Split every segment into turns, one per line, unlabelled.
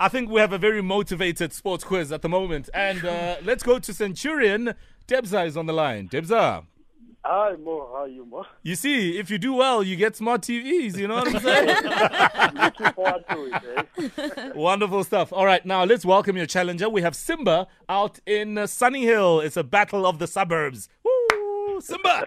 I think we have a very motivated sports quiz at the moment. And uh, let's go to Centurion. Debza is on the line. Debza.
Hi, Mo. How are you, Mo?
You see, if you do well, you get smart TVs. You know what I'm saying?
Looking forward to it, eh?
Wonderful stuff. All right, now let's welcome your challenger. We have Simba out in uh, Sunny Hill. It's a battle of the suburbs. Woo! Simba.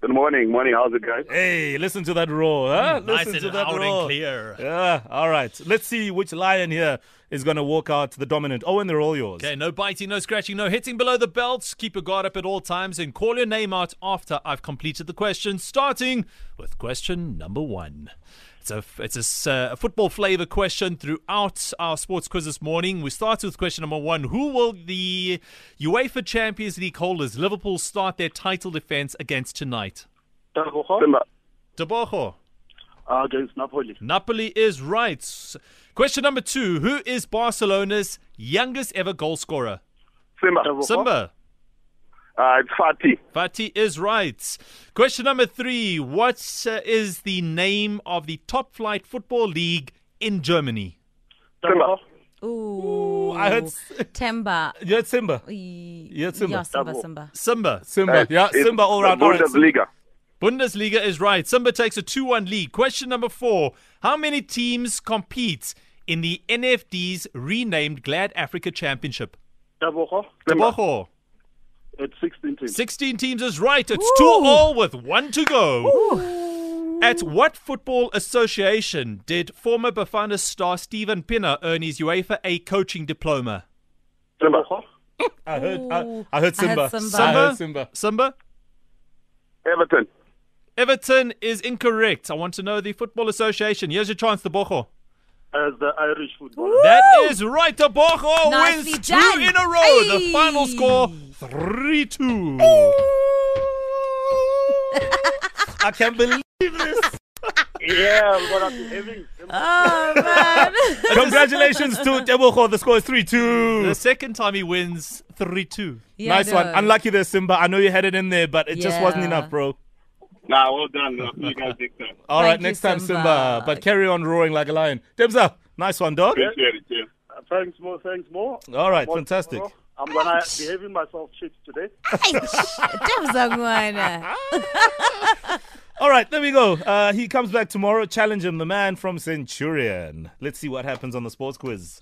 Good morning. Morning. How's it going?
Hey, listen to that roar. Huh?
Hmm, Nice
listen
and
to that
loud
roar.
and clear.
Yeah, all right. Let's see which lion here is going to walk out the dominant. Oh, and they're all yours.
Okay, no biting, no scratching, no hitting below the belt. Keep your guard up at all times and call your name out after I've completed the question, starting with question number one. It's a, it's a s- uh, a football flavor question throughout our sports quiz this morning. We start with question number one. Who will the UEFA Champions League holders, Liverpool, start their title defense against tonight?
Simba.
Debojo.
Uh, against Napoli.
Napoli is right. Question number two. Who is Barcelona's youngest ever goal scorer?
Simba.
Simba.
Uh, it's Fatih.
Vati is right. Question number three. What uh, is the name of the top flight football league in Germany?
Simba.
Ooh,
Ooh,
I heard s-
Temba.
Yeah, it's Simba.
Yeah,
Simba.
Yeah, Simba,
Double.
Simba.
Simba.
Simba. yeah,
Uh, It's
Simba all
the
round. All right, Simba.
Bundesliga.
Bundesliga is right. Simba takes a 2 1 lead. Question number four. How many teams compete in the NFD's renamed Glad Africa Championship?
Simba.
Tabogo.
It's 16 teams.
16 teams is right. It's 2 all with one to go. At what football association did former Bafana star Steven Pinner earn his UEFA A coaching diploma?
Simba.
I heard, I,
Ooh,
I heard
I heard
Simba.
Simba.
I heard Simba.
Simba?
Everton.
Everton is incorrect. I want to know the football association. Here's your chance, Tabogo.
As the Irish football.
That is right. Tabogo
Nicely
wins
done.
two in a row. The
Aye.
final score 3 2.
I can't believe.
Yeah, we're going to be having Simba.
Oh, man.
Congratulations to Debojo. The score is 3 2.
The second time he wins 3 2.
Yeah,
nice
I
one.
know.
Unlucky there, Simba. I know you had it in there, but it just wasn't
Yeah.
enough, bro.
Nah, well done. I'll see you guys next time.
All right,
Thank you,
next time, Simba.
Simba.
But carry on roaring like a lion. Debza, nice one, dog.
Appreciate it, yeah. Uh, thanks, Mo. Thanks, Mo.
All right,
Mo-
fantastic.
Mo, I'm going to be having myself chips today.
Hey, Temza ngwana.
All right, there we go. Uh, he comes back tomorrow. Challenge him, the man from Centurion. Let's see what happens on the sports quiz.